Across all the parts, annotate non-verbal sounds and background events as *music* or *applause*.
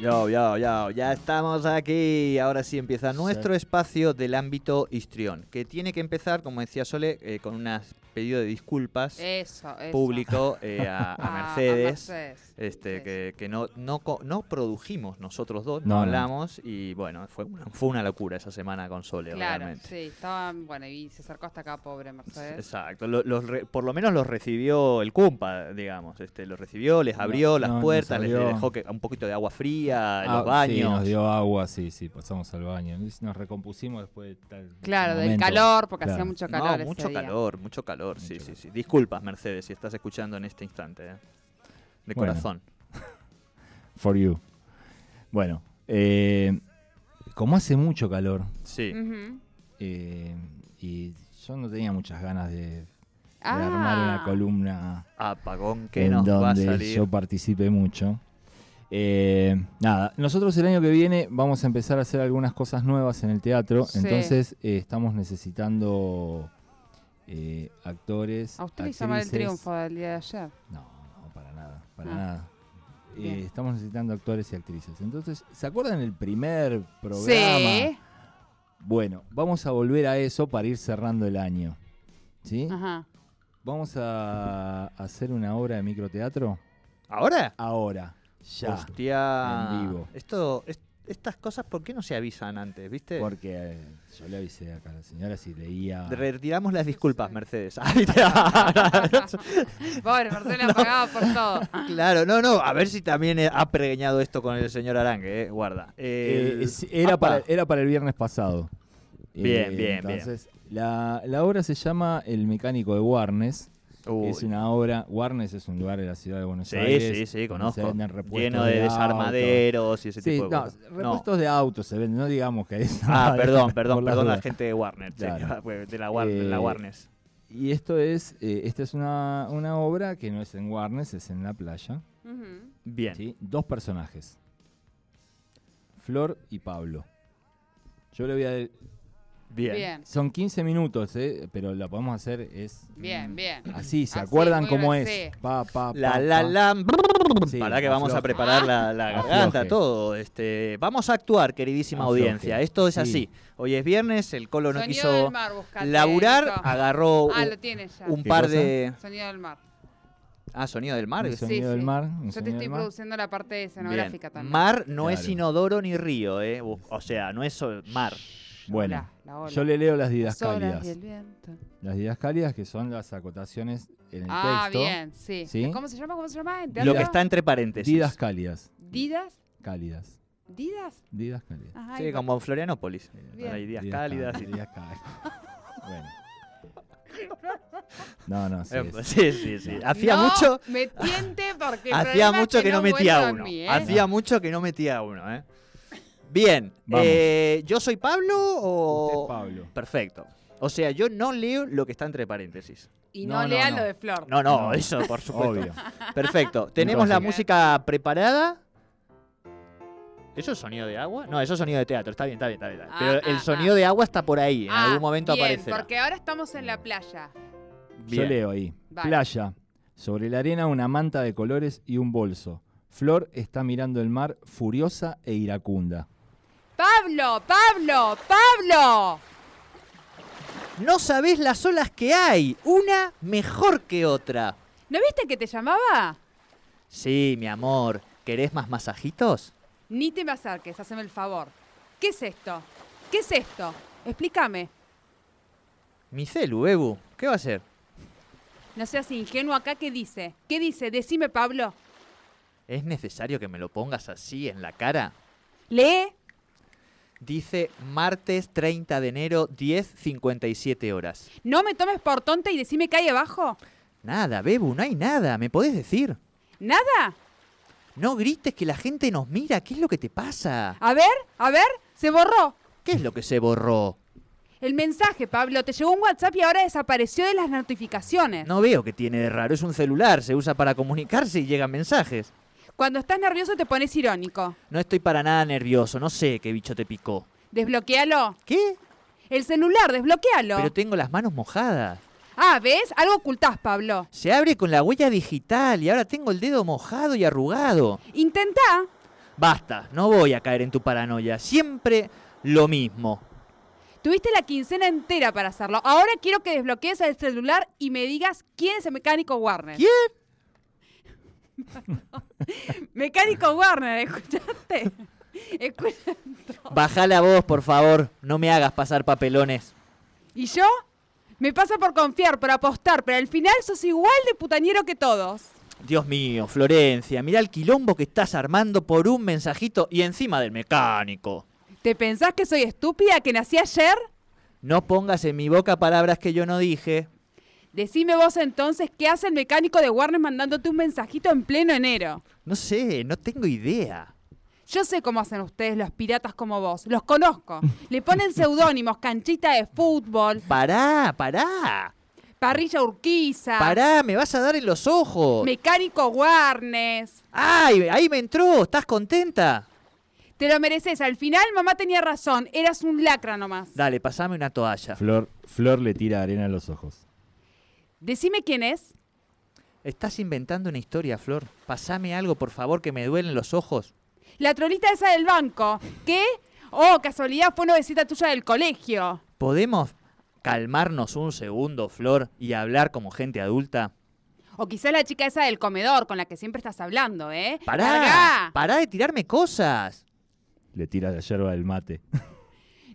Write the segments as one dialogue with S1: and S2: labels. S1: Yo, yo, yo, ya estamos aquí. Ahora sí empieza nuestro espacio del ámbito histrión, que tiene que empezar, como decía Sole, eh, con un pedido de disculpas
S2: Eso, eso.
S1: público eh, a,
S2: *laughs*
S1: a
S2: Ah,
S1: Mercedes.
S2: a Mercedes.
S1: Este,
S2: Sí,
S1: que, que no, no, co- no produjimos nosotros dos,
S3: No,
S1: no,
S3: no.
S1: hablamos y bueno, fue una, fue una locura esa semana con Sole,
S2: Claro,
S1: realmente.
S2: sí, estaba, bueno, y se acercó hasta acá, pobre Mercedes.
S1: Exacto, lo- los re- por lo menos los recibió el Cumpa, digamos, este, los recibió, les abrió las
S3: no, nos
S1: puertas, les
S3: abrió.
S1: dejó que- un poquito de agua fría, en
S3: Ah,
S1: los baños.
S3: Sí, nos dio agua, sí, sí, pasamos al baño. Nos recompusimos después de tal.
S2: Claro,
S3: ese
S2: del
S3: momento.
S2: calor, porque
S3: Claro.
S2: hacía mucho calor.
S1: No,
S2: ese
S1: mucho
S2: día.
S1: calor, mucho calor, sí,
S3: Mucho
S1: sí,
S3: calor.
S1: sí. Disculpas, Mercedes, si estás escuchando en este instante. ¿eh? De
S3: Bueno.
S1: corazón.
S3: For you. Bueno, eh, como hace mucho calor,
S1: Sí.
S2: Ujú.
S3: eh, y yo no tenía muchas ganas de, de
S2: Ah.
S3: armar una columna
S1: Apagón que
S3: en
S1: nos
S3: donde
S1: va a salir.
S3: yo participe mucho. Eh, nada, nosotros el año que viene vamos a empezar a hacer algunas cosas nuevas en el teatro,
S2: Sí.
S3: entonces eh, estamos necesitando eh, actores.
S2: A usted le hizo mal el
S3: actrices.
S2: triunfo del día de ayer.
S3: No, no, para nada, para
S2: Ah.
S3: nada. Eh,
S2: Bien.
S3: estamos necesitando actores y actrices. Entonces, ¿se acuerdan el primer programa?
S2: Sí.
S3: Bueno, vamos a volver a eso para ir cerrando el año. ¿Sí?
S2: Ajá.
S3: Vamos a hacer una obra de microteatro
S1: ¿Ahora?
S3: ahora, ya.
S1: Hostia.
S3: en vivo.
S1: Esto, es- estas cosas, ¿por qué no se avisan antes, viste?
S3: Porque eh, yo le avisé acá a la señora si leía.
S1: Retiramos las disculpas, Mercedes. *laughs*
S2: *laughs* Pobre Mercedes la pagaba por todo.
S1: claro, no, no. A ver si también eh, ha pregueñado esto con el señor Arangue, eh, guarda.
S3: Eh,
S1: El-
S3: es- era,
S1: apa.
S3: para, era para el viernes pasado. Eh,
S1: Bien, bien, bien.
S3: Entonces, La, la obra se llama El mecánico de Warnes.
S1: Uy.
S3: Es una obra. Warnes es un lugar de la ciudad de Buenos
S1: Sí,
S3: Aires.
S1: sí, sí,
S3: donde
S1: conozco.
S3: se venden repuestos
S1: Lleno de,
S3: autos.
S1: desarmaderos y ese
S3: Sí,
S1: tipo de
S3: no,
S1: cosas. No.
S3: repuestos de autos se venden, no digamos que es.
S1: *laughs* Ah,
S3: *laughs*
S1: perdón,
S3: por
S1: perdón,
S3: las
S1: perdón a la
S3: dudas.
S1: gente de Warner, sí, *laughs* pues,
S3: Claro.
S1: de la, War- de la
S3: Eh,
S1: Warner.
S3: Y esto es. eh, esta es una, una obra que no es en Warnes, es en la playa.
S2: Ujú.
S1: Bien.
S3: ¿sí? Dos personajes. Flor y Pablo. Yo le voy a...
S1: Bien.
S2: Bien.
S3: Son 15 minutos, ¿eh? pero lo podemos hacer es...
S2: Bien, bien.
S3: Así, ¿se
S2: Así,
S3: acuerdan
S2: muy
S3: cómo
S2: bien,
S3: es?
S2: sí.
S3: Pa, pa,
S1: La
S3: pa,
S1: la
S3: pa.
S1: la
S3: Sí,
S1: para que vamos a
S3: afloje.
S1: preparar la, la
S3: Afloje.
S1: garganta, todo. Este, vamos a actuar, queridísima
S3: Afloje.
S1: audiencia. Esto es
S3: Sí.
S1: así. Hoy es viernes, el colo no
S2: Sonido
S1: quiso
S2: del mar, buscate,
S1: laburar,
S2: Nico.
S1: agarró
S2: Ah,
S1: un-
S2: lo tiene ya.
S1: un
S3: ¿Qué
S1: par
S3: cosa?
S1: de
S2: Sonido del mar.
S1: Ah, sonido del mar.
S3: Un
S2: Sí,
S3: sonido del
S2: sí.
S3: mar. un
S2: Yo te
S3: sonido
S2: estoy
S3: del mar.
S2: produciendo la parte
S1: Bien.
S2: escenográfica también.
S1: Mar no es
S3: Claro.
S1: inodoro ni río, eh. O o sea, no es sol- mar.
S3: Bueno,
S2: La- la ola.
S3: yo le leo las
S2: Las olas
S3: didascalias.
S2: y el viento.
S3: Las didascalias que son las acotaciones en el
S2: Ah,
S3: texto.
S2: bien, sí.
S3: ¿Sí?
S2: ¿Cómo se llama? ¿Cómo se llama? ¿En
S1: Lo
S3: Lo
S2: teatro?
S1: que está entre paréntesis.
S3: Didascalias.
S2: ¿Didas?
S3: Cálidas.
S2: ¿Didas?
S3: Didascalias.
S2: Ajá,
S1: Sí,
S2: ahí va.
S1: como en Florianópolis.
S2: Bien.
S1: Hay días cálidas y
S3: Días cálidas. Bueno. No, no, sí.
S1: Eh,
S3: sí.
S1: Sí, sí, sí. Hacía
S2: No
S1: mucho,
S2: Me tiente porque.
S1: *laughs*
S2: el
S1: hacía
S2: problema es
S1: mucho que no metía
S2: vuelva a
S1: uno.
S2: mí, ¿eh?
S1: Hacía mucho que no metía uno, *laughs* ¿eh? Bien.
S3: Vamos.
S1: eh, ¿Yo soy Pablo o...?
S3: Usted es Pablo.
S1: Perfecto. O sea, yo no leo lo que está entre paréntesis.
S2: Y no,
S3: No, no,
S2: lea
S3: no.
S2: lo de Flor.
S1: No, no,
S3: No.
S1: eso por supuesto.
S3: Obvio.
S1: *laughs* Perfecto. Tenemos la
S2: Entonces-
S1: música preparada. ¿Eso es sonido de agua? No, eso es sonido de teatro. Está bien, está bien, está bien. está bien.
S2: Ah,
S1: Pero el
S2: ah,
S1: sonido de agua está por ahí. En
S2: Ah,
S1: algún momento
S2: bien,
S1: aparece.
S2: Porque ahora estamos en la playa.
S3: Yo leo ahí.
S2: Vale.
S3: Playa. Sobre la arena una manta de colores y un bolso. Flor está mirando el mar furiosa e iracunda.
S2: ¡Pablo! ¡Pablo! ¡Pablo!
S1: No sabés las olas que hay. Una mejor que otra.
S2: ¿No viste que te llamaba?
S1: Sí, mi amor. ¿Querés más masajitos?
S2: Ni te me acerques, haceme el favor. ¿Qué es esto? ¿Qué es esto? Explícame.
S1: Mi celu, Bebu. ¿Qué va a hacer?
S2: No seas ingenuo acá, ¿qué dice? ¿Qué dice? Decime, Pablo.
S1: ¿Es necesario que me lo pongas así en la cara?
S2: Lee.
S1: Dice martes 30 de enero, 10.57 horas.
S2: No me tomes por tonta y decime que hay abajo.
S1: Nada, Bebu, no hay nada. ¿Me podés decir?
S2: ¿Nada?
S1: No grites que la gente nos mira. ¿Qué es lo que te pasa?
S2: A ver, a ver, se borró.
S1: ¿Qué es lo que se borró?
S2: El mensaje, Pablo, te llegó un WhatsApp y ahora desapareció de las notificaciones.
S1: No veo que tiene de raro. Es un celular. Se usa para comunicarse y llegan mensajes.
S2: Cuando estás nervioso te pones irónico.
S1: No estoy para nada nervioso. No sé qué bicho te picó.
S2: Desbloquealo.
S1: ¿Qué?
S2: El celular, desbloquealo.
S1: Pero tengo las manos mojadas.
S2: Ah, ¿ves? Algo ocultás, Pablo.
S1: Se abre con la huella digital y ahora tengo el dedo mojado y arrugado.
S2: Intentá.
S1: Basta, no voy a caer en tu paranoia. Siempre lo mismo.
S2: Tuviste la quincena entera para hacerlo. Ahora quiero que desbloquees el celular y me digas quién es el mecánico Warner.
S1: ¿Quién?
S2: *laughs* Mecánico Warner,
S1: *laughs*
S2: ¿escuchaste? Escucha-
S1: Baja la voz, por favor. No me hagas pasar papelones.
S2: ¿Y yo? Me pasa por confiar, por apostar, pero al final sos igual de putañero que todos.
S1: Dios mío, Florencia, mirá el quilombo que estás armando por un mensajito y encima del mecánico.
S2: ¿Te pensás que soy estúpida, que nací ayer?
S1: No pongas en mi boca palabras que yo no dije.
S2: Decime vos entonces qué hace el mecánico de Warner mandándote un mensajito en pleno enero.
S1: No sé, no tengo idea.
S2: Yo sé cómo hacen ustedes los piratas como vos, los conozco. Le ponen seudónimos, canchita de fútbol,
S1: Pará, pará.
S2: parrilla urquiza,
S1: Pará, me vas a dar en los ojos.
S2: mecánico Warnes.
S1: ¡Ay! Ahí me entró. ¿Estás contenta?
S2: Te lo mereces, al final mamá tenía razón, eras un lacra nomás.
S1: Dale, pasame una toalla.
S3: Flor, Flor le tira arena a los ojos.
S2: Decime quién es.
S1: Estás inventando una historia, Flor. Pasame algo, por favor, que me duelen los ojos.
S2: La trolita esa del banco, que, oh, casualidad, fue novecita tuya del colegio.
S1: ¿Podemos calmarnos un segundo, Flor, y hablar como gente adulta?
S2: O quizás la chica esa del comedor con la que siempre estás hablando, ¿eh?
S1: ¡Pará!
S2: Largá.
S1: ¡Pará de tirarme cosas!
S3: Le tira la yerba del mate.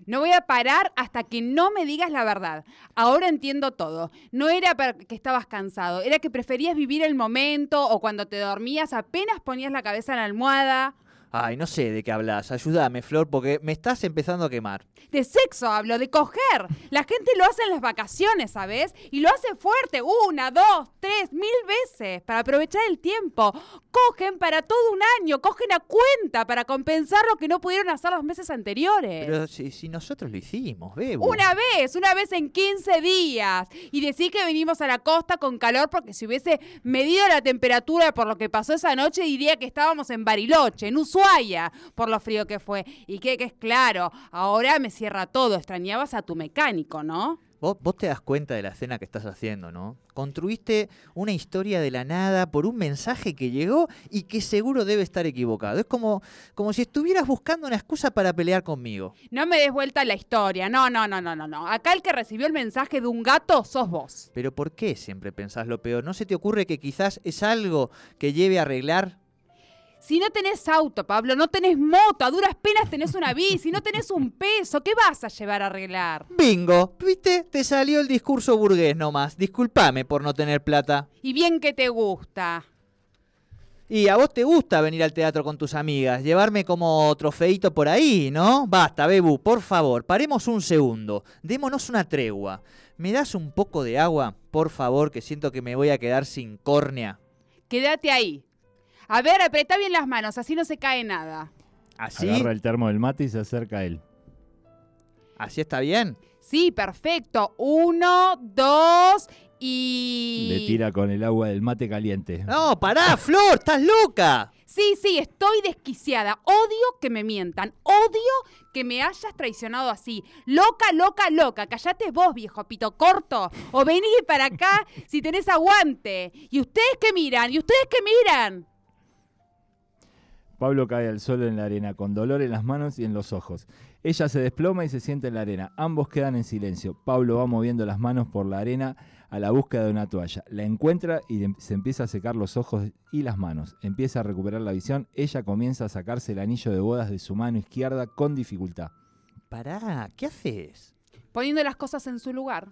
S2: No voy a parar hasta que no me digas la verdad. Ahora entiendo todo. No era para que estabas cansado, era que preferías vivir el momento o cuando te dormías apenas ponías la cabeza en la almohada.
S1: Ay, no sé de qué hablas. Ayúdame, Flor, porque me estás empezando a quemar.
S2: De sexo hablo, de coger. La gente lo hace en las vacaciones, ¿sabes? Y lo hace fuerte, una, dos, tres, mil veces, para aprovechar el tiempo. Cogen para todo un año, cogen a cuenta para compensar lo que no pudieron hacer los meses anteriores.
S1: Pero si, si nosotros lo hicimos, Bebo.
S2: Una vez, una vez en 15 días. Y decir que venimos a la costa con calor porque si hubiese medido la temperatura por lo que pasó esa noche, diría que estábamos en Bariloche, en Ushuaia, por lo frío que fue. Y que, que es claro, ahora me cierra todo. Extrañabas a tu mecánico, ¿no?
S1: Vos, vos te das cuenta de la escena que estás haciendo, ¿no? Construiste una historia de la nada por un mensaje que llegó y que seguro debe estar equivocado. Es como, como si estuvieras buscando una excusa para pelear conmigo.
S2: No me des vuelta la historia. No, no, no, no, no, no. Acá el que recibió el mensaje de un gato sos vos.
S1: Pero ¿por qué siempre pensás lo peor? ¿No se te ocurre que quizás es algo que lleve a arreglar?
S2: Si no tenés auto, Pablo, no tenés moto, a duras penas tenés una bici, no tenés un peso, ¿qué vas a llevar a arreglar?
S1: Bingo, ¿viste? Te salió el discurso burgués nomás. Disculpame por no tener plata.
S2: Y bien que te gusta.
S1: Y a vos te gusta venir al teatro con tus amigas, llevarme como trofeito por ahí, ¿no? Basta, Bebu, por favor, paremos un segundo, démonos una tregua. ¿Me das un poco de agua? Por favor, que siento que me voy a quedar sin córnea.
S2: Quédate ahí. A ver, apretá bien las manos, así no se cae nada.
S1: ¿Así?
S3: Agarra el termo del mate y se acerca a él.
S1: ¿Así está bien?
S2: Sí, perfecto. Uno, dos y...
S3: Le tira con el agua del mate caliente.
S1: No, pará, Flor, estás loca.
S2: Sí, sí, estoy desquiciada. Odio que me mientan. Odio que me hayas traicionado así. Loca, loca, loca. Callate vos, viejo pito corto. O vení
S3: *laughs*
S2: para acá si tenés aguante. ¿Y ustedes qué miran? ¿Y ustedes qué miran?
S3: Pablo cae al suelo en la arena, con dolor en las manos y en los ojos. Ella se desploma y se sienta en la arena. Ambos quedan en silencio. Pablo va moviendo las manos por la arena a la búsqueda de una toalla. La encuentra y le- se empieza a secar los ojos y las manos. Empieza a recuperar la visión. Ella comienza a sacarse el anillo de bodas de su mano izquierda con dificultad.
S1: Pará, ¿qué haces?
S2: Poniendo las cosas en su lugar.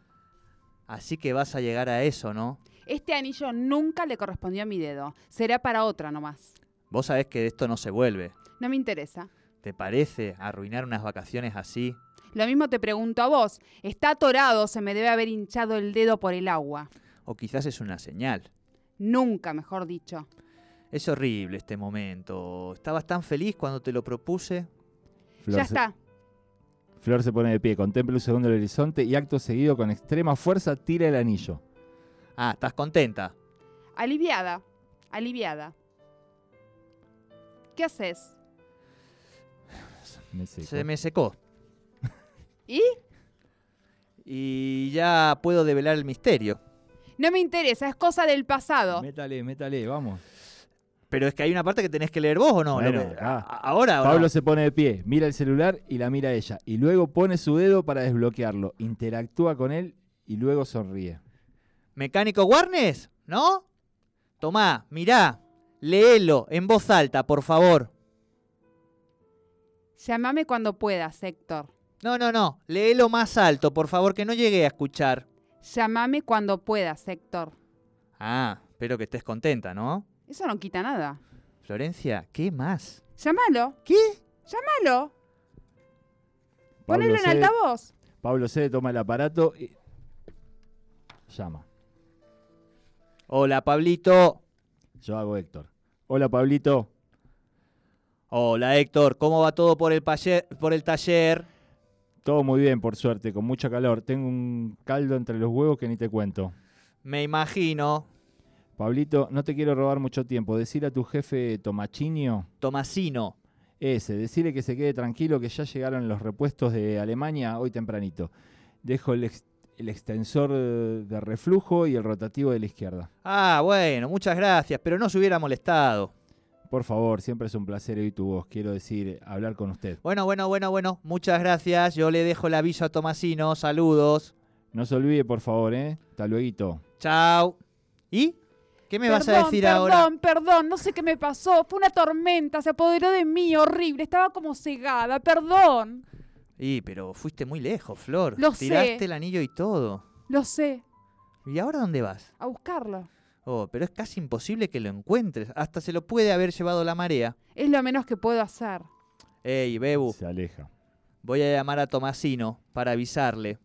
S1: Así que vas a llegar a eso, ¿no?
S2: Este anillo nunca le correspondió a mi dedo. Será para otra nomás.
S1: Vos sabés que de esto no se vuelve.
S2: No me interesa.
S1: ¿Te parece arruinar unas vacaciones así?
S2: Lo mismo te pregunto a vos. Está atorado, se me debe haber hinchado el dedo por el agua.
S1: O quizás es una señal.
S2: Nunca, mejor dicho.
S1: Es horrible este momento. Estabas tan feliz cuando te lo propuse.
S3: Flor
S2: ya
S3: se-
S2: está.
S3: Flor se pone de pie, contempla un segundo el horizonte y acto seguido con extrema fuerza tira el anillo.
S1: Ah, estás contenta.
S2: Aliviada. Aliviada. ¿Qué haces?
S3: Me seco.
S1: Se me secó.
S2: ¿Y?
S1: Y ya puedo develar el misterio.
S2: No me interesa, es cosa del pasado.
S3: Métale, métale, vamos.
S1: Pero es que hay una parte que tenés que leer vos o no.
S3: Bueno,
S1: Lo que-
S3: acá.
S1: a- ahora, ahora.
S3: Pablo se pone de pie, mira el celular y la mira a ella. Y luego pone su dedo para desbloquearlo. Interactúa con él y luego sonríe.
S1: Mecánico Warnes, ¿no? Tomá, mirá, léelo en voz alta, por favor.
S2: Llámame cuando puedas, Héctor.
S1: No, no, no, léelo más alto, por favor, que no llegué a escuchar.
S2: Llámame cuando puedas, Héctor.
S1: Ah, espero que estés contenta, ¿no?
S2: Eso no quita nada.
S1: Florencia, ¿qué más?
S2: Llámalo,
S1: ¿Qué?
S2: llámalo.
S3: Pablo
S2: Ponelo en
S3: cede-
S2: altavoz.
S3: Pablo Cede toma el aparato y llama.
S1: Hola, Pablito.
S3: Yo hago Héctor. Hola, Pablito.
S1: Hola, Héctor, ¿cómo va todo por el, paye- por el taller?
S3: Todo muy bien, por suerte, con mucho calor. Tengo un caldo entre los huevos que ni te cuento.
S1: Me imagino.
S3: Pablito, no te quiero robar mucho tiempo. Decir a tu jefe Tomachinio,
S1: Tomasino.
S3: ese, decirle que se quede tranquilo que ya llegaron los repuestos de Alemania hoy tempranito. Dejo el, ex- el extensor eh, de reflujo y el rotativo de la izquierda.
S1: Ah, bueno, muchas gracias, pero no se hubiera molestado.
S3: Por favor, siempre es un placer oír tu voz. Quiero decir, hablar con usted.
S1: Bueno, bueno, bueno, bueno, muchas gracias. Yo le dejo el aviso a Tomasino. Saludos.
S3: No se olvide, por favor, ¿eh? Hasta luego.
S1: Chao. ¿Y? ¿Qué me vas a
S2: Perdón,
S1: decir
S2: perdón,
S1: ahora?
S2: Perdón, no sé qué me pasó. Fue una tormenta, se apoderó de mí, horrible. Estaba como cegada, perdón.
S1: Y, pero fuiste muy lejos, Flor.
S2: Lo sé.
S1: Tiraste el anillo y todo.
S2: Lo sé,
S1: ¿Y ahora dónde vas?
S2: a buscarlo.
S1: Oh, pero es casi imposible que lo encuentres. Hasta se lo puede haber llevado la marea.
S2: Es lo menos que puedo hacer.
S1: Ey, Bebu,
S3: Se aleja.
S1: voy a llamar a Tomasino para avisarle.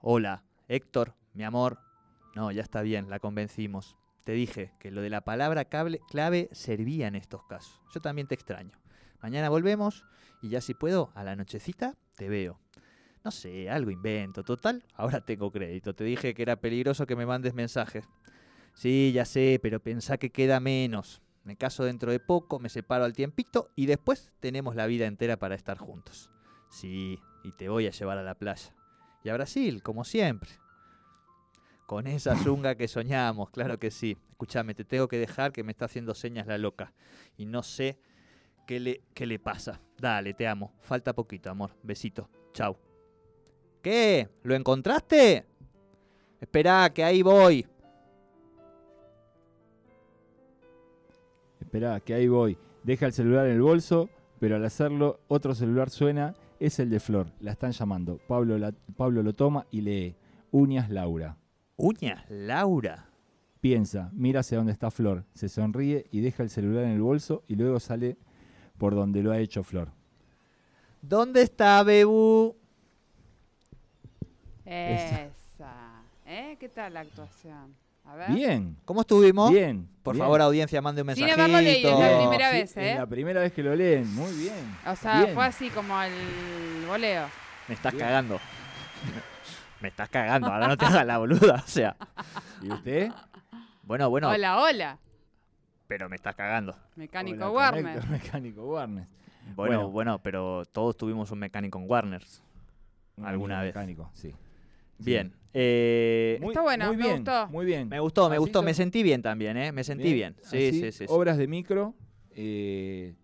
S1: Hola, Héctor, mi amor. No, ya está bien, la convencimos. Te dije que lo de la palabra cable- clave servía en estos casos. Yo también te extraño. Mañana volvemos y ya si puedo, a la nochecita te veo. No sé, algo invento. Total, ahora tengo crédito. Te dije que era peligroso que me mandes mensajes. Sí, ya sé, pero pensá que queda menos. Me caso dentro de poco, me separo al tiempito y después tenemos la vida entera para estar juntos. Sí, y te voy a llevar a la playa. Y a Brasil, como siempre. Con
S3: *laughs*
S1: esa zunga que soñamos, claro que sí. Escúchame, te tengo que dejar que me está haciendo señas la loca. Y no sé qué le, qué le pasa. Dale, te amo. Falta poquito, amor. Besito. Chau. ¿Qué? ¿Lo encontraste? Esperá, que ahí voy.
S3: Esperá, que ahí voy. Deja el celular en el bolso, pero al hacerlo, otro celular suena. Es el de Flor. La están llamando. Pablo, la- Pablo lo toma y lee. Uñas Laura.
S1: Uñas, Laura.
S3: Piensa, mira hacia dónde está Flor. Se sonríe y deja el celular en el bolso y luego sale por donde lo ha hecho Flor.
S1: ¿Dónde está Bebu?
S2: Esa. ¿Eh? ¿Qué tal la actuación? A ver.
S3: Bien,
S1: ¿Cómo estuvimos?
S3: bien.
S1: Por
S3: bien.
S1: favor, audiencia, mande un
S2: Sin
S1: mensajito.
S2: haberlo leído, es la
S3: Bien.
S2: primera
S3: Sí,
S2: vez, ¿eh?
S3: Es la primera vez que lo leen. Muy bien.
S2: O sea,
S3: Bien.
S2: fue así como el voleo.
S1: Me estás
S3: Bien. *laughs*
S1: cagando. Me estás cagando, ahora no te hagas la boluda, o sea.
S3: ¿Y usted?
S1: Bueno, bueno,
S2: Hola, hola.
S1: pero me estás cagando.
S2: *laughs* Mecánico
S3: Hola,
S2: Warner.
S3: Connector, Mecánico *laughs* Warner.
S1: Bueno, bueno,
S3: Bueno.
S1: pero todos tuvimos un mecánico en Warners. Alguna vez.
S3: Mecánico, sí.
S1: Bien. eh,
S3: Muy-
S2: Está bueno,
S3: muy
S2: me
S3: bien,
S2: gustó.
S3: Muy bien.
S1: me gustó, me gustó,
S3: Pasito.
S1: me sentí bien también, ¿eh? Me sentí bien. Sí,
S3: así,
S1: sí, sí, sí.
S3: Obras de micro. eh,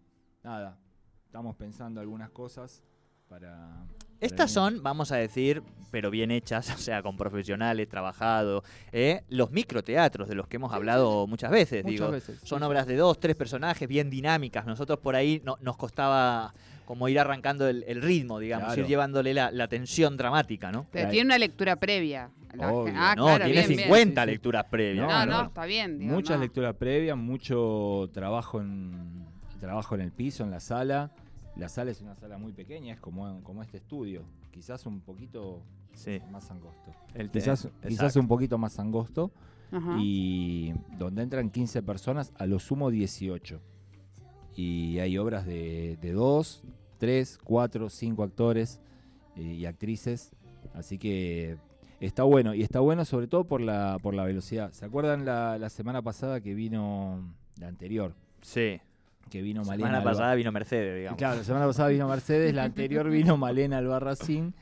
S3: nada, estamos pensando algunas cosas para...
S1: Estas
S3: para el-
S1: son, vamos a decir, pero bien hechas, *laughs* o sea, con profesionales, trabajado, ¿eh? los microteatros de los que hemos hablado muchas veces,
S3: Muchas
S1: digo.
S3: veces, sí,
S1: Son
S3: sí.
S1: obras de dos, tres personajes, bien dinámicas. Nosotros por ahí no- nos costaba como ir arrancando el, el ritmo, digamos,
S3: Claro.
S1: ir llevándole la, la tensión dramática, ¿no?
S2: Pero
S3: Ahí.
S2: tiene una lectura previa. La-
S3: Obvio.
S2: Ah,
S1: no,
S2: claro,
S1: tiene
S2: bien, bien.
S1: 50
S3: Sí, sí.
S1: lecturas previas.
S2: No,
S3: No,
S2: no,
S3: no.
S2: está bien. digo,
S3: Muchas
S2: no.
S3: lecturas previas, mucho trabajo en trabajo en el piso, en la sala, La sala es una sala muy pequeña, es como, como este estudio. Quizás un poquito
S1: Sí.
S3: más angosto. Eh,
S1: El te-
S3: Quizás,
S1: exacto.
S3: quizás un poquito más angosto.
S2: Ajá.
S3: Y donde entran 15 personas, a lo sumo 18. Y hay obras de, de 2, 3, 4, 5 actores eh, y actrices. Así que está bueno. Y está bueno sobre todo por la, por la velocidad. ¿Se acuerdan la, la semana pasada que vino, la anterior,
S1: Sí.
S3: que vino
S1: La
S3: Malena?
S1: semana
S3: Alba-
S1: pasada vino Mercedes, digamos.
S3: Claro, la semana pasada vino Mercedes, la anterior vino Malena Albarracín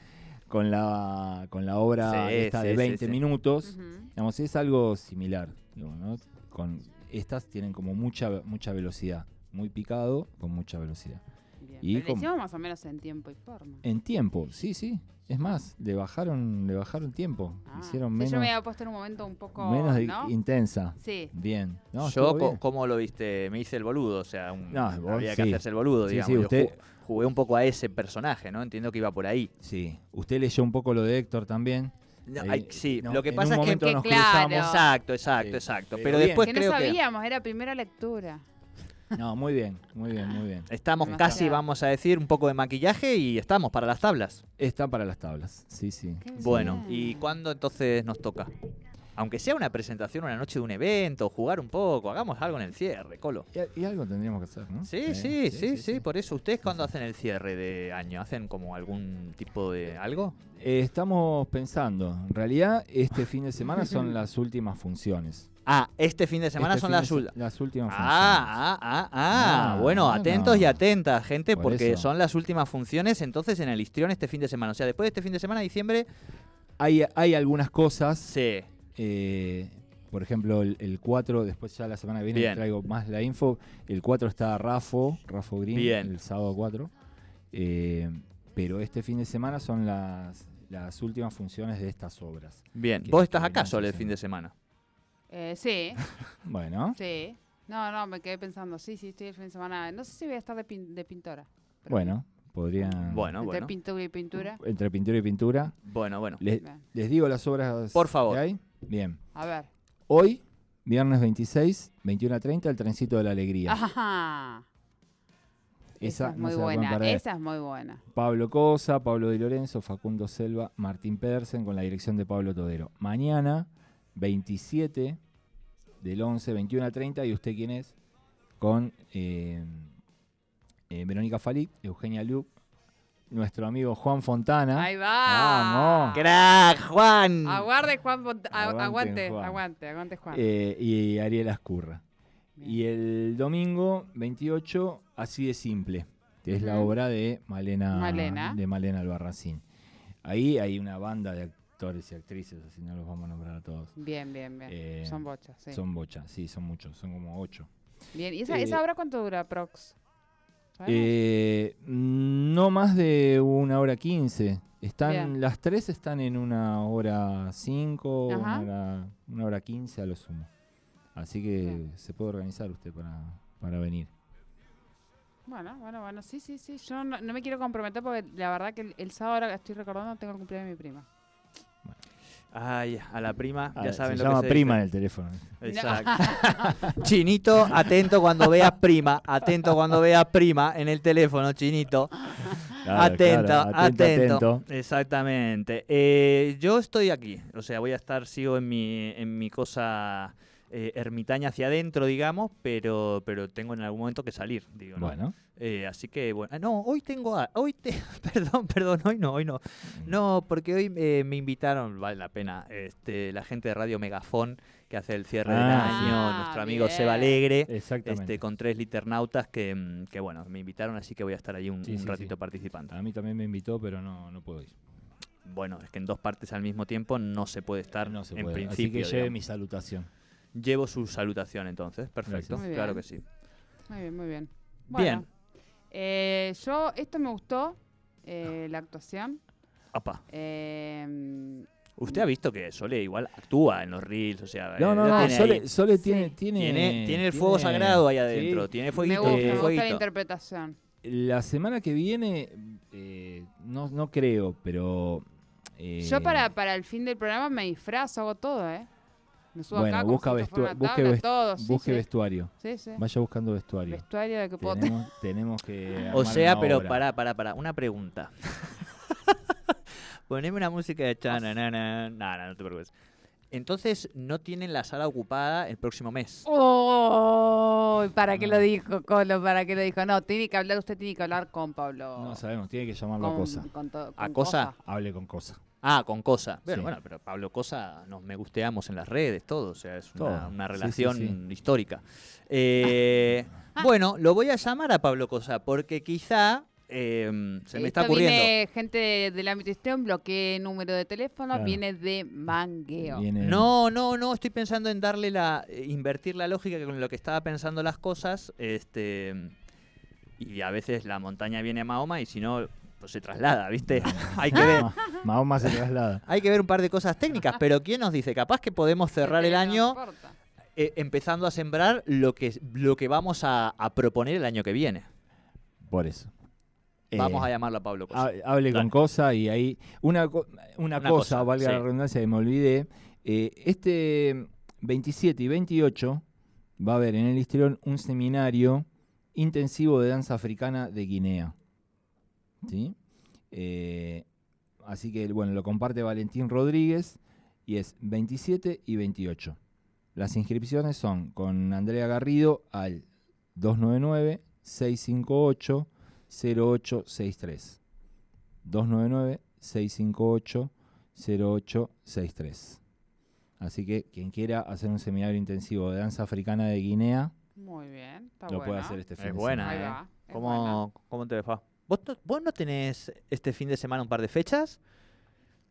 S3: con la, con la obra
S1: Sí,
S3: esta
S1: sí,
S3: de
S1: sí,
S3: 20
S1: sí.
S3: minutos.
S2: Ujú.
S3: Digamos, es algo similar. digo, ¿no? Con, estas tienen como mucha, mucha velocidad. Muy picado, con mucha velocidad.
S2: Bien.
S3: Y Eh,
S2: Pero lo
S3: con-
S2: hicimos más o menos en tiempo y forma.
S3: En tiempo, sí, sí. Es más, le bajaron, le bajaron tiempo.
S2: Ah,
S3: Hicieron
S2: sí,
S3: menos,
S2: Yo me había puesto en un momento un poco.
S3: menos de-
S2: ¿no?
S3: intensa.
S2: Sí.
S3: Bien.
S1: yo,
S3: No, estuvo
S1: co-
S3: bien.
S1: ¿cómo lo viste? Me hice el boludo, o sea, un-
S3: No, vos
S1: había que
S3: sí.
S1: hacerse el boludo,
S3: Sí,
S1: digamos.
S3: sí,
S1: Yo
S3: usted-
S1: ju- jugué un poco a ese personaje, ¿no? Entiendo que iba por ahí.
S3: Sí. Usted leyó un poco lo de Héctor también.
S1: No,
S3: Eh,
S1: ay, sí,
S3: no,
S1: lo que
S3: en
S1: pasa
S3: un
S1: es que...
S3: momento
S2: que
S3: nos
S2: claro.
S3: cruzamos.
S1: Exacto, exacto,
S3: Sí,
S1: exacto.
S3: pero
S1: Pero
S3: bien.
S1: después
S2: que no
S1: creo que
S2: sabíamos, era primera lectura.
S3: No, muy bien, muy bien, muy bien.
S1: estamos
S2: Demasiado.
S1: casi, vamos a decir, un poco de maquillaje y estamos para las tablas.
S3: Está para las tablas. Sí, sí.
S2: Qué
S1: Bueno,
S2: bien.
S1: ¿y cuándo entonces nos toca? Aunque sea una presentación, una noche de un evento, jugar un poco, hagamos algo en el cierre, Colo.
S3: Y, y algo tendríamos que hacer, ¿no? Eh,
S1: Sí, sí, sí, sí, por eso. ¿Ustedes cuándo hacen el cierre de año? ¿Hacen como algún tipo de algo?
S3: Eh, estamos pensando. En realidad, este fin de semana son las últimas funciones.
S1: Ah, este fin de semana
S3: Este
S1: son
S3: fin
S1: las
S3: de se-
S1: últimas.
S3: Las últimas funciones.
S1: Ah, ah, ah, ah.
S3: Ah,
S1: bueno,
S3: bueno.
S1: atentos y atentas, gente,
S3: Por
S1: porque
S3: eso.
S1: son las últimas funciones entonces en el Histrión este fin de semana. O sea, después de este fin de semana, diciembre,
S3: Hay, hay algunas cosas.
S1: se...
S3: eh, por ejemplo, el, el 4, después ya la semana que viene
S1: Bien.
S3: traigo más la info. El 4 está Rafo, Rafo Green,
S1: Bien.
S3: el sábado 4. Eh, pero este fin de semana son las, las últimas funciones de estas obras.
S1: Bien,
S3: Que-
S1: ¿vos estás
S3: que
S1: acá
S3: vengan
S1: solo el
S3: funcionando.
S1: fin de semana?
S2: Eh, sí,
S3: Bueno,
S2: sí. No, no, me quedé pensando. Sí, sí, estoy el fin de semana. No sé si voy a estar de, pin- de pintora. pero
S3: bueno, podrían.
S1: Bueno,
S2: Entre
S1: bueno.
S2: pintura y pintura.
S3: Entre pintura y pintura.
S1: Bueno, bueno.
S3: Le-
S2: Bien.
S3: ¿Les digo las obras
S1: Por favor.
S3: que hay? Bien.
S2: A ver.
S3: Hoy, viernes 26, 21 a 30, El Trencito de la Alegría.
S2: Ajá. Esa, es
S3: no
S2: muy
S3: se la pueden
S2: buena.
S3: perder.
S2: Esa es muy buena.
S3: Pablo Cosa, Pablo Di Lorenzo, Facundo Selva, Martín Pedersen con la dirección de Pablo Todero. Mañana, 27 del 11, 21 a 30, ¿y usted quién es? Con eh, eh, Verónica Falic, Eugenia Lup, nuestro amigo Juan Fontana.
S2: Ahí va.
S3: Vamos.
S1: ¡Crack, Juan!
S2: Aguarde, Juan. Bont- a-
S3: Aguante,
S2: Aguante,
S3: Juan.
S2: aguante, aguante, Juan.
S3: Eh, y Ariel Ascurra.
S2: Bien.
S3: Y el domingo 28, Así de Simple, que es la
S2: Ujú.
S3: obra de Malena,
S2: Malena.
S3: de Malena Albarracín. Ahí hay una banda de actores y actrices, así no los vamos a nombrar a todos.
S2: Bien, bien, bien.
S3: Eh,
S2: Son bochas, sí.
S3: Son bochas, sí, son muchos, son como ocho.
S2: Bien, ¿y esa,
S3: eh,
S2: esa obra cuánto dura, Prox? ¿Sabemos?
S3: Eh, no más de una hora quince. Están,
S2: Bien.
S3: Las tres están en una hora cinco, una
S2: Ajá.
S3: hora, una hora quince a lo sumo. Así que
S2: Bien.
S3: se puede organizar usted para, para venir.
S2: Bueno, bueno, bueno, sí, sí, sí. Yo no, no me quiero comprometer porque la verdad que el, el sábado ahora que estoy recordando tengo el cumpleaños de mi prima.
S1: Ay, a la prima, ya
S3: Ah,
S1: saben
S3: se
S1: lo
S3: llama
S1: que se
S3: prima
S1: dice.
S3: en el teléfono.
S1: Exacto. *laughs* Chinito, atento cuando veas prima, atento cuando veas prima en el teléfono, Chinito.
S3: Claro,
S1: atento,
S3: claro,
S1: atento, Exactamente. Eh, yo estoy aquí, o sea, voy a estar, sigo en mi, en mi cosa eh, ermitaña hacia adentro, digamos, pero, pero tengo en algún momento que salir, digo. ¿no?
S3: Bueno,
S1: Eh, así que bueno, ah, no, hoy tengo, a- hoy te- *laughs* perdón, perdón, hoy no, hoy no, no, porque hoy eh, me invitaron, vale la pena, este, la gente de Radio Megafón que hace el cierre del
S3: Ah, sí.
S1: año,
S2: Ah,
S1: nuestro amigo
S2: bien.
S1: Seba Alegre,
S3: exactamente.
S1: este, con tres liternautas que, mm, que, bueno, me invitaron, así que voy a estar ahí un,
S3: Sí,
S1: un
S3: sí,
S1: ratito
S3: sí.
S1: participando.
S3: A mí también me invitó, pero no, no puedo ir.
S1: Bueno, es que en dos partes al mismo tiempo no se puede estar
S3: No se
S1: en
S3: puede. Así
S1: principio.
S3: que lleve
S1: digamos. Eh,
S3: mi salutación.
S1: Llevo su salutación entonces, perfecto,
S3: Gracias.
S2: Muy
S1: claro que
S2: bien.
S1: sí.
S2: Muy bien, muy bien.
S1: Bien.
S2: Bueno, eh, yo, esto me gustó, eh, la actuación.
S1: Apa,
S2: Eh,
S1: usted ha visto que Sole igual actúa en los reels, o sea, eh,
S3: No, no,
S1: la
S3: no.
S1: tiene ahí.
S3: Sole, Sole
S2: Sí.
S3: tiene, tiene,
S1: Tiene, tiene el fuego
S3: tiene-
S1: sagrado ahí
S3: sí.
S1: adentro. Tiene
S2: me
S1: fueguito.
S2: gusta,
S1: tiene
S2: me gusta la
S1: fueguito.
S2: interpretación.
S3: La semana que viene, eh, no, no creo, pero. eh,
S2: Yo para, para el fin del programa me disfrazo, hago todo, ¿eh? Me subo
S3: Bueno,
S2: acá como
S3: busca
S2: si esto fuera
S3: vestuario.
S2: una
S3: Busque,
S2: tabla,
S3: vest-
S2: todo, sí,
S3: busque
S2: sí,
S3: vestuario.
S2: sí, sí.
S3: Vaya buscando vestuario.
S2: Vestuario de que puedo *laughs* tener.
S3: Tenemos, tenemos
S1: *laughs*
S3: que.
S1: O
S3: armar
S1: sea,
S3: una
S1: pero
S3: obra.
S1: pará, pará, pará. Una pregunta. *laughs* Poneme una música de chana, na, na, na, na, no te preocupes. Entonces, no tienen la sala ocupada el próximo mes.
S2: Oh, ¿Para
S3: Ah.
S2: qué lo dijo, Colo? ¿Para qué lo dijo? No, tiene que hablar, usted tiene que hablar con Pablo.
S3: No sabemos, tiene que llamarlo
S2: con,
S3: a Cosa.
S2: con to-
S1: ¿A
S2: con
S1: Cosa?
S3: Hable con Cosa.
S1: Ah, con Cosa. Bueno,
S3: Sí.
S1: bueno, pero Pablo Cosa nos me gusteamos en las redes, todo. O sea, es una,
S3: Todo.
S1: una
S3: Sí, sí,
S1: relación
S3: sí.
S1: histórica.
S2: *laughs*
S1: Eh, bueno, lo voy a llamar a Pablo Cosa porque quizá eh, se me está
S2: Esto
S1: ocurriendo.
S2: Viene gente de- del ámbito externo, bloqueé número de teléfono,
S3: Claro.
S2: viene de mangueo.
S3: Viene- *laughs*
S1: No, no, no, estoy pensando en darle la. eh, invertir la lógica que con lo que estaba pensando las cosas. Este. Y a veces la montaña viene a Mahoma y si no, pues se traslada, ¿viste? Hay que ver.
S3: Mahoma- Mahoma se traslada.
S1: Hay que ver un par de cosas técnicas, pero ¿quién nos dice? Capaz que podemos cerrar el
S2: Pero no
S1: año
S2: importa.
S1: eh, empezando a sembrar lo que, lo que vamos a, a proponer el año que viene.
S3: Por eso. Eh,
S1: Vamos a llamarlo a Pablo Cosa.
S3: ha- Hable
S1: Dale.
S3: con Cosa y ahí. Una, co- una,
S1: Una
S3: cosa,
S1: cosa,
S3: valga
S1: sí.
S3: la redundancia que me olvidé. eh, este 27 y 28 va a haber en el Histrión un seminario intensivo de danza africana de Guinea. ¿Sí? Eh, así que, bueno, lo comparte Valentín Rodríguez y es 27 y 28. Las inscripciones son con Andrea Garrido al 299-658-0863. 299-658-0863. Así que quien quiera hacer un seminario intensivo de danza africana de Guinea,
S2: Muy bien, está
S3: lo
S2: bueno.
S3: puede hacer este fin
S1: es
S3: de
S1: buena,
S2: Ahí
S1: ¿eh?
S2: va, es buena.
S1: ¿Cómo, cómo te va? ¿Vos, no- ¿Vos no tenés este fin de semana un par de fechas?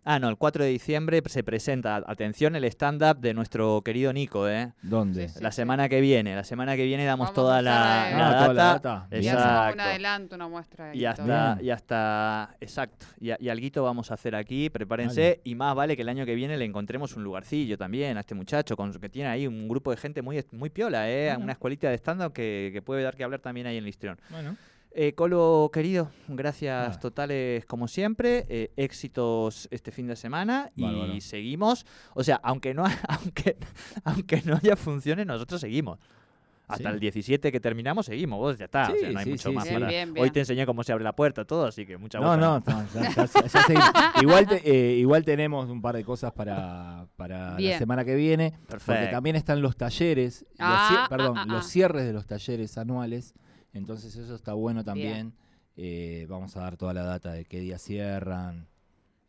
S1: Ah, no, el 4 de diciembre se presenta, atención, el stand-up de nuestro querido Nico, ¿eh?
S3: semana. ¿Dónde?
S2: Sí, sí.
S1: la semana que viene, la semana que viene damos
S2: Vamos a
S1: toda
S2: usar
S1: la,
S2: la-
S1: la data.
S3: Ah, toda la data.
S2: Y
S3: Bien.
S2: hacemos un
S1: Exacto.
S2: adelanto, una muestra.
S1: Y
S2: todo.
S1: hasta,
S3: Bien.
S1: y hasta, exacto, y, a- y alguito vamos a hacer aquí, prepárense, y más vale que el año que viene le encontremos un lugarcillo también a este muchacho, con, que tiene ahí un grupo de gente muy, muy piola, ¿eh? una escuelita de stand-up que, que puede dar que hablar también ahí en Listrión.
S3: Bueno.
S1: Eh, Colo, querido, gracias
S3: Ah.
S1: totales como siempre, eh, éxitos este fin de semana
S3: Bárbaro.
S1: y seguimos, o sea, aunque no, ha- *laughs* aunque, aunque no haya funciones, nosotros seguimos. Hasta
S3: Sí.
S1: el 17 que terminamos, seguimos, vos ya está, o
S3: Sí,
S1: sea, no hay
S3: sí,
S1: mucho
S3: sí,
S1: más
S3: sí.
S1: para-
S2: Bien, bien.
S1: Hoy te enseñé cómo se abre la puerta, todo, así que mucha
S3: No,
S1: boca,
S3: no, no, ya- ya- ya seguimos.
S1: *laughs*
S3: igual, te- eh, igual tenemos un par de cosas para, para la
S2: Bien.
S3: semana que viene. Porque
S1: Perfecto.
S3: también están los talleres, los
S2: Ah,
S3: cier-
S2: ah,
S3: perdón,
S2: ah,
S3: los
S2: ah.
S3: cierres de los talleres anuales. Entonces eso está bueno
S2: Bien.
S3: también. Eh, vamos a dar toda la data de qué día cierran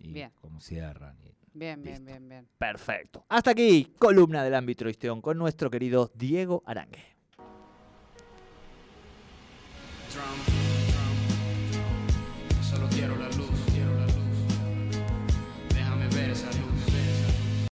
S3: y
S2: Bien.
S3: cómo cierran. y-
S2: Bien, bien,
S3: Listo.
S2: bien, bien.
S1: Perfecto. Hasta aquí, columna del ámbito histrión con nuestro querido Diego Arangue.
S4: drum.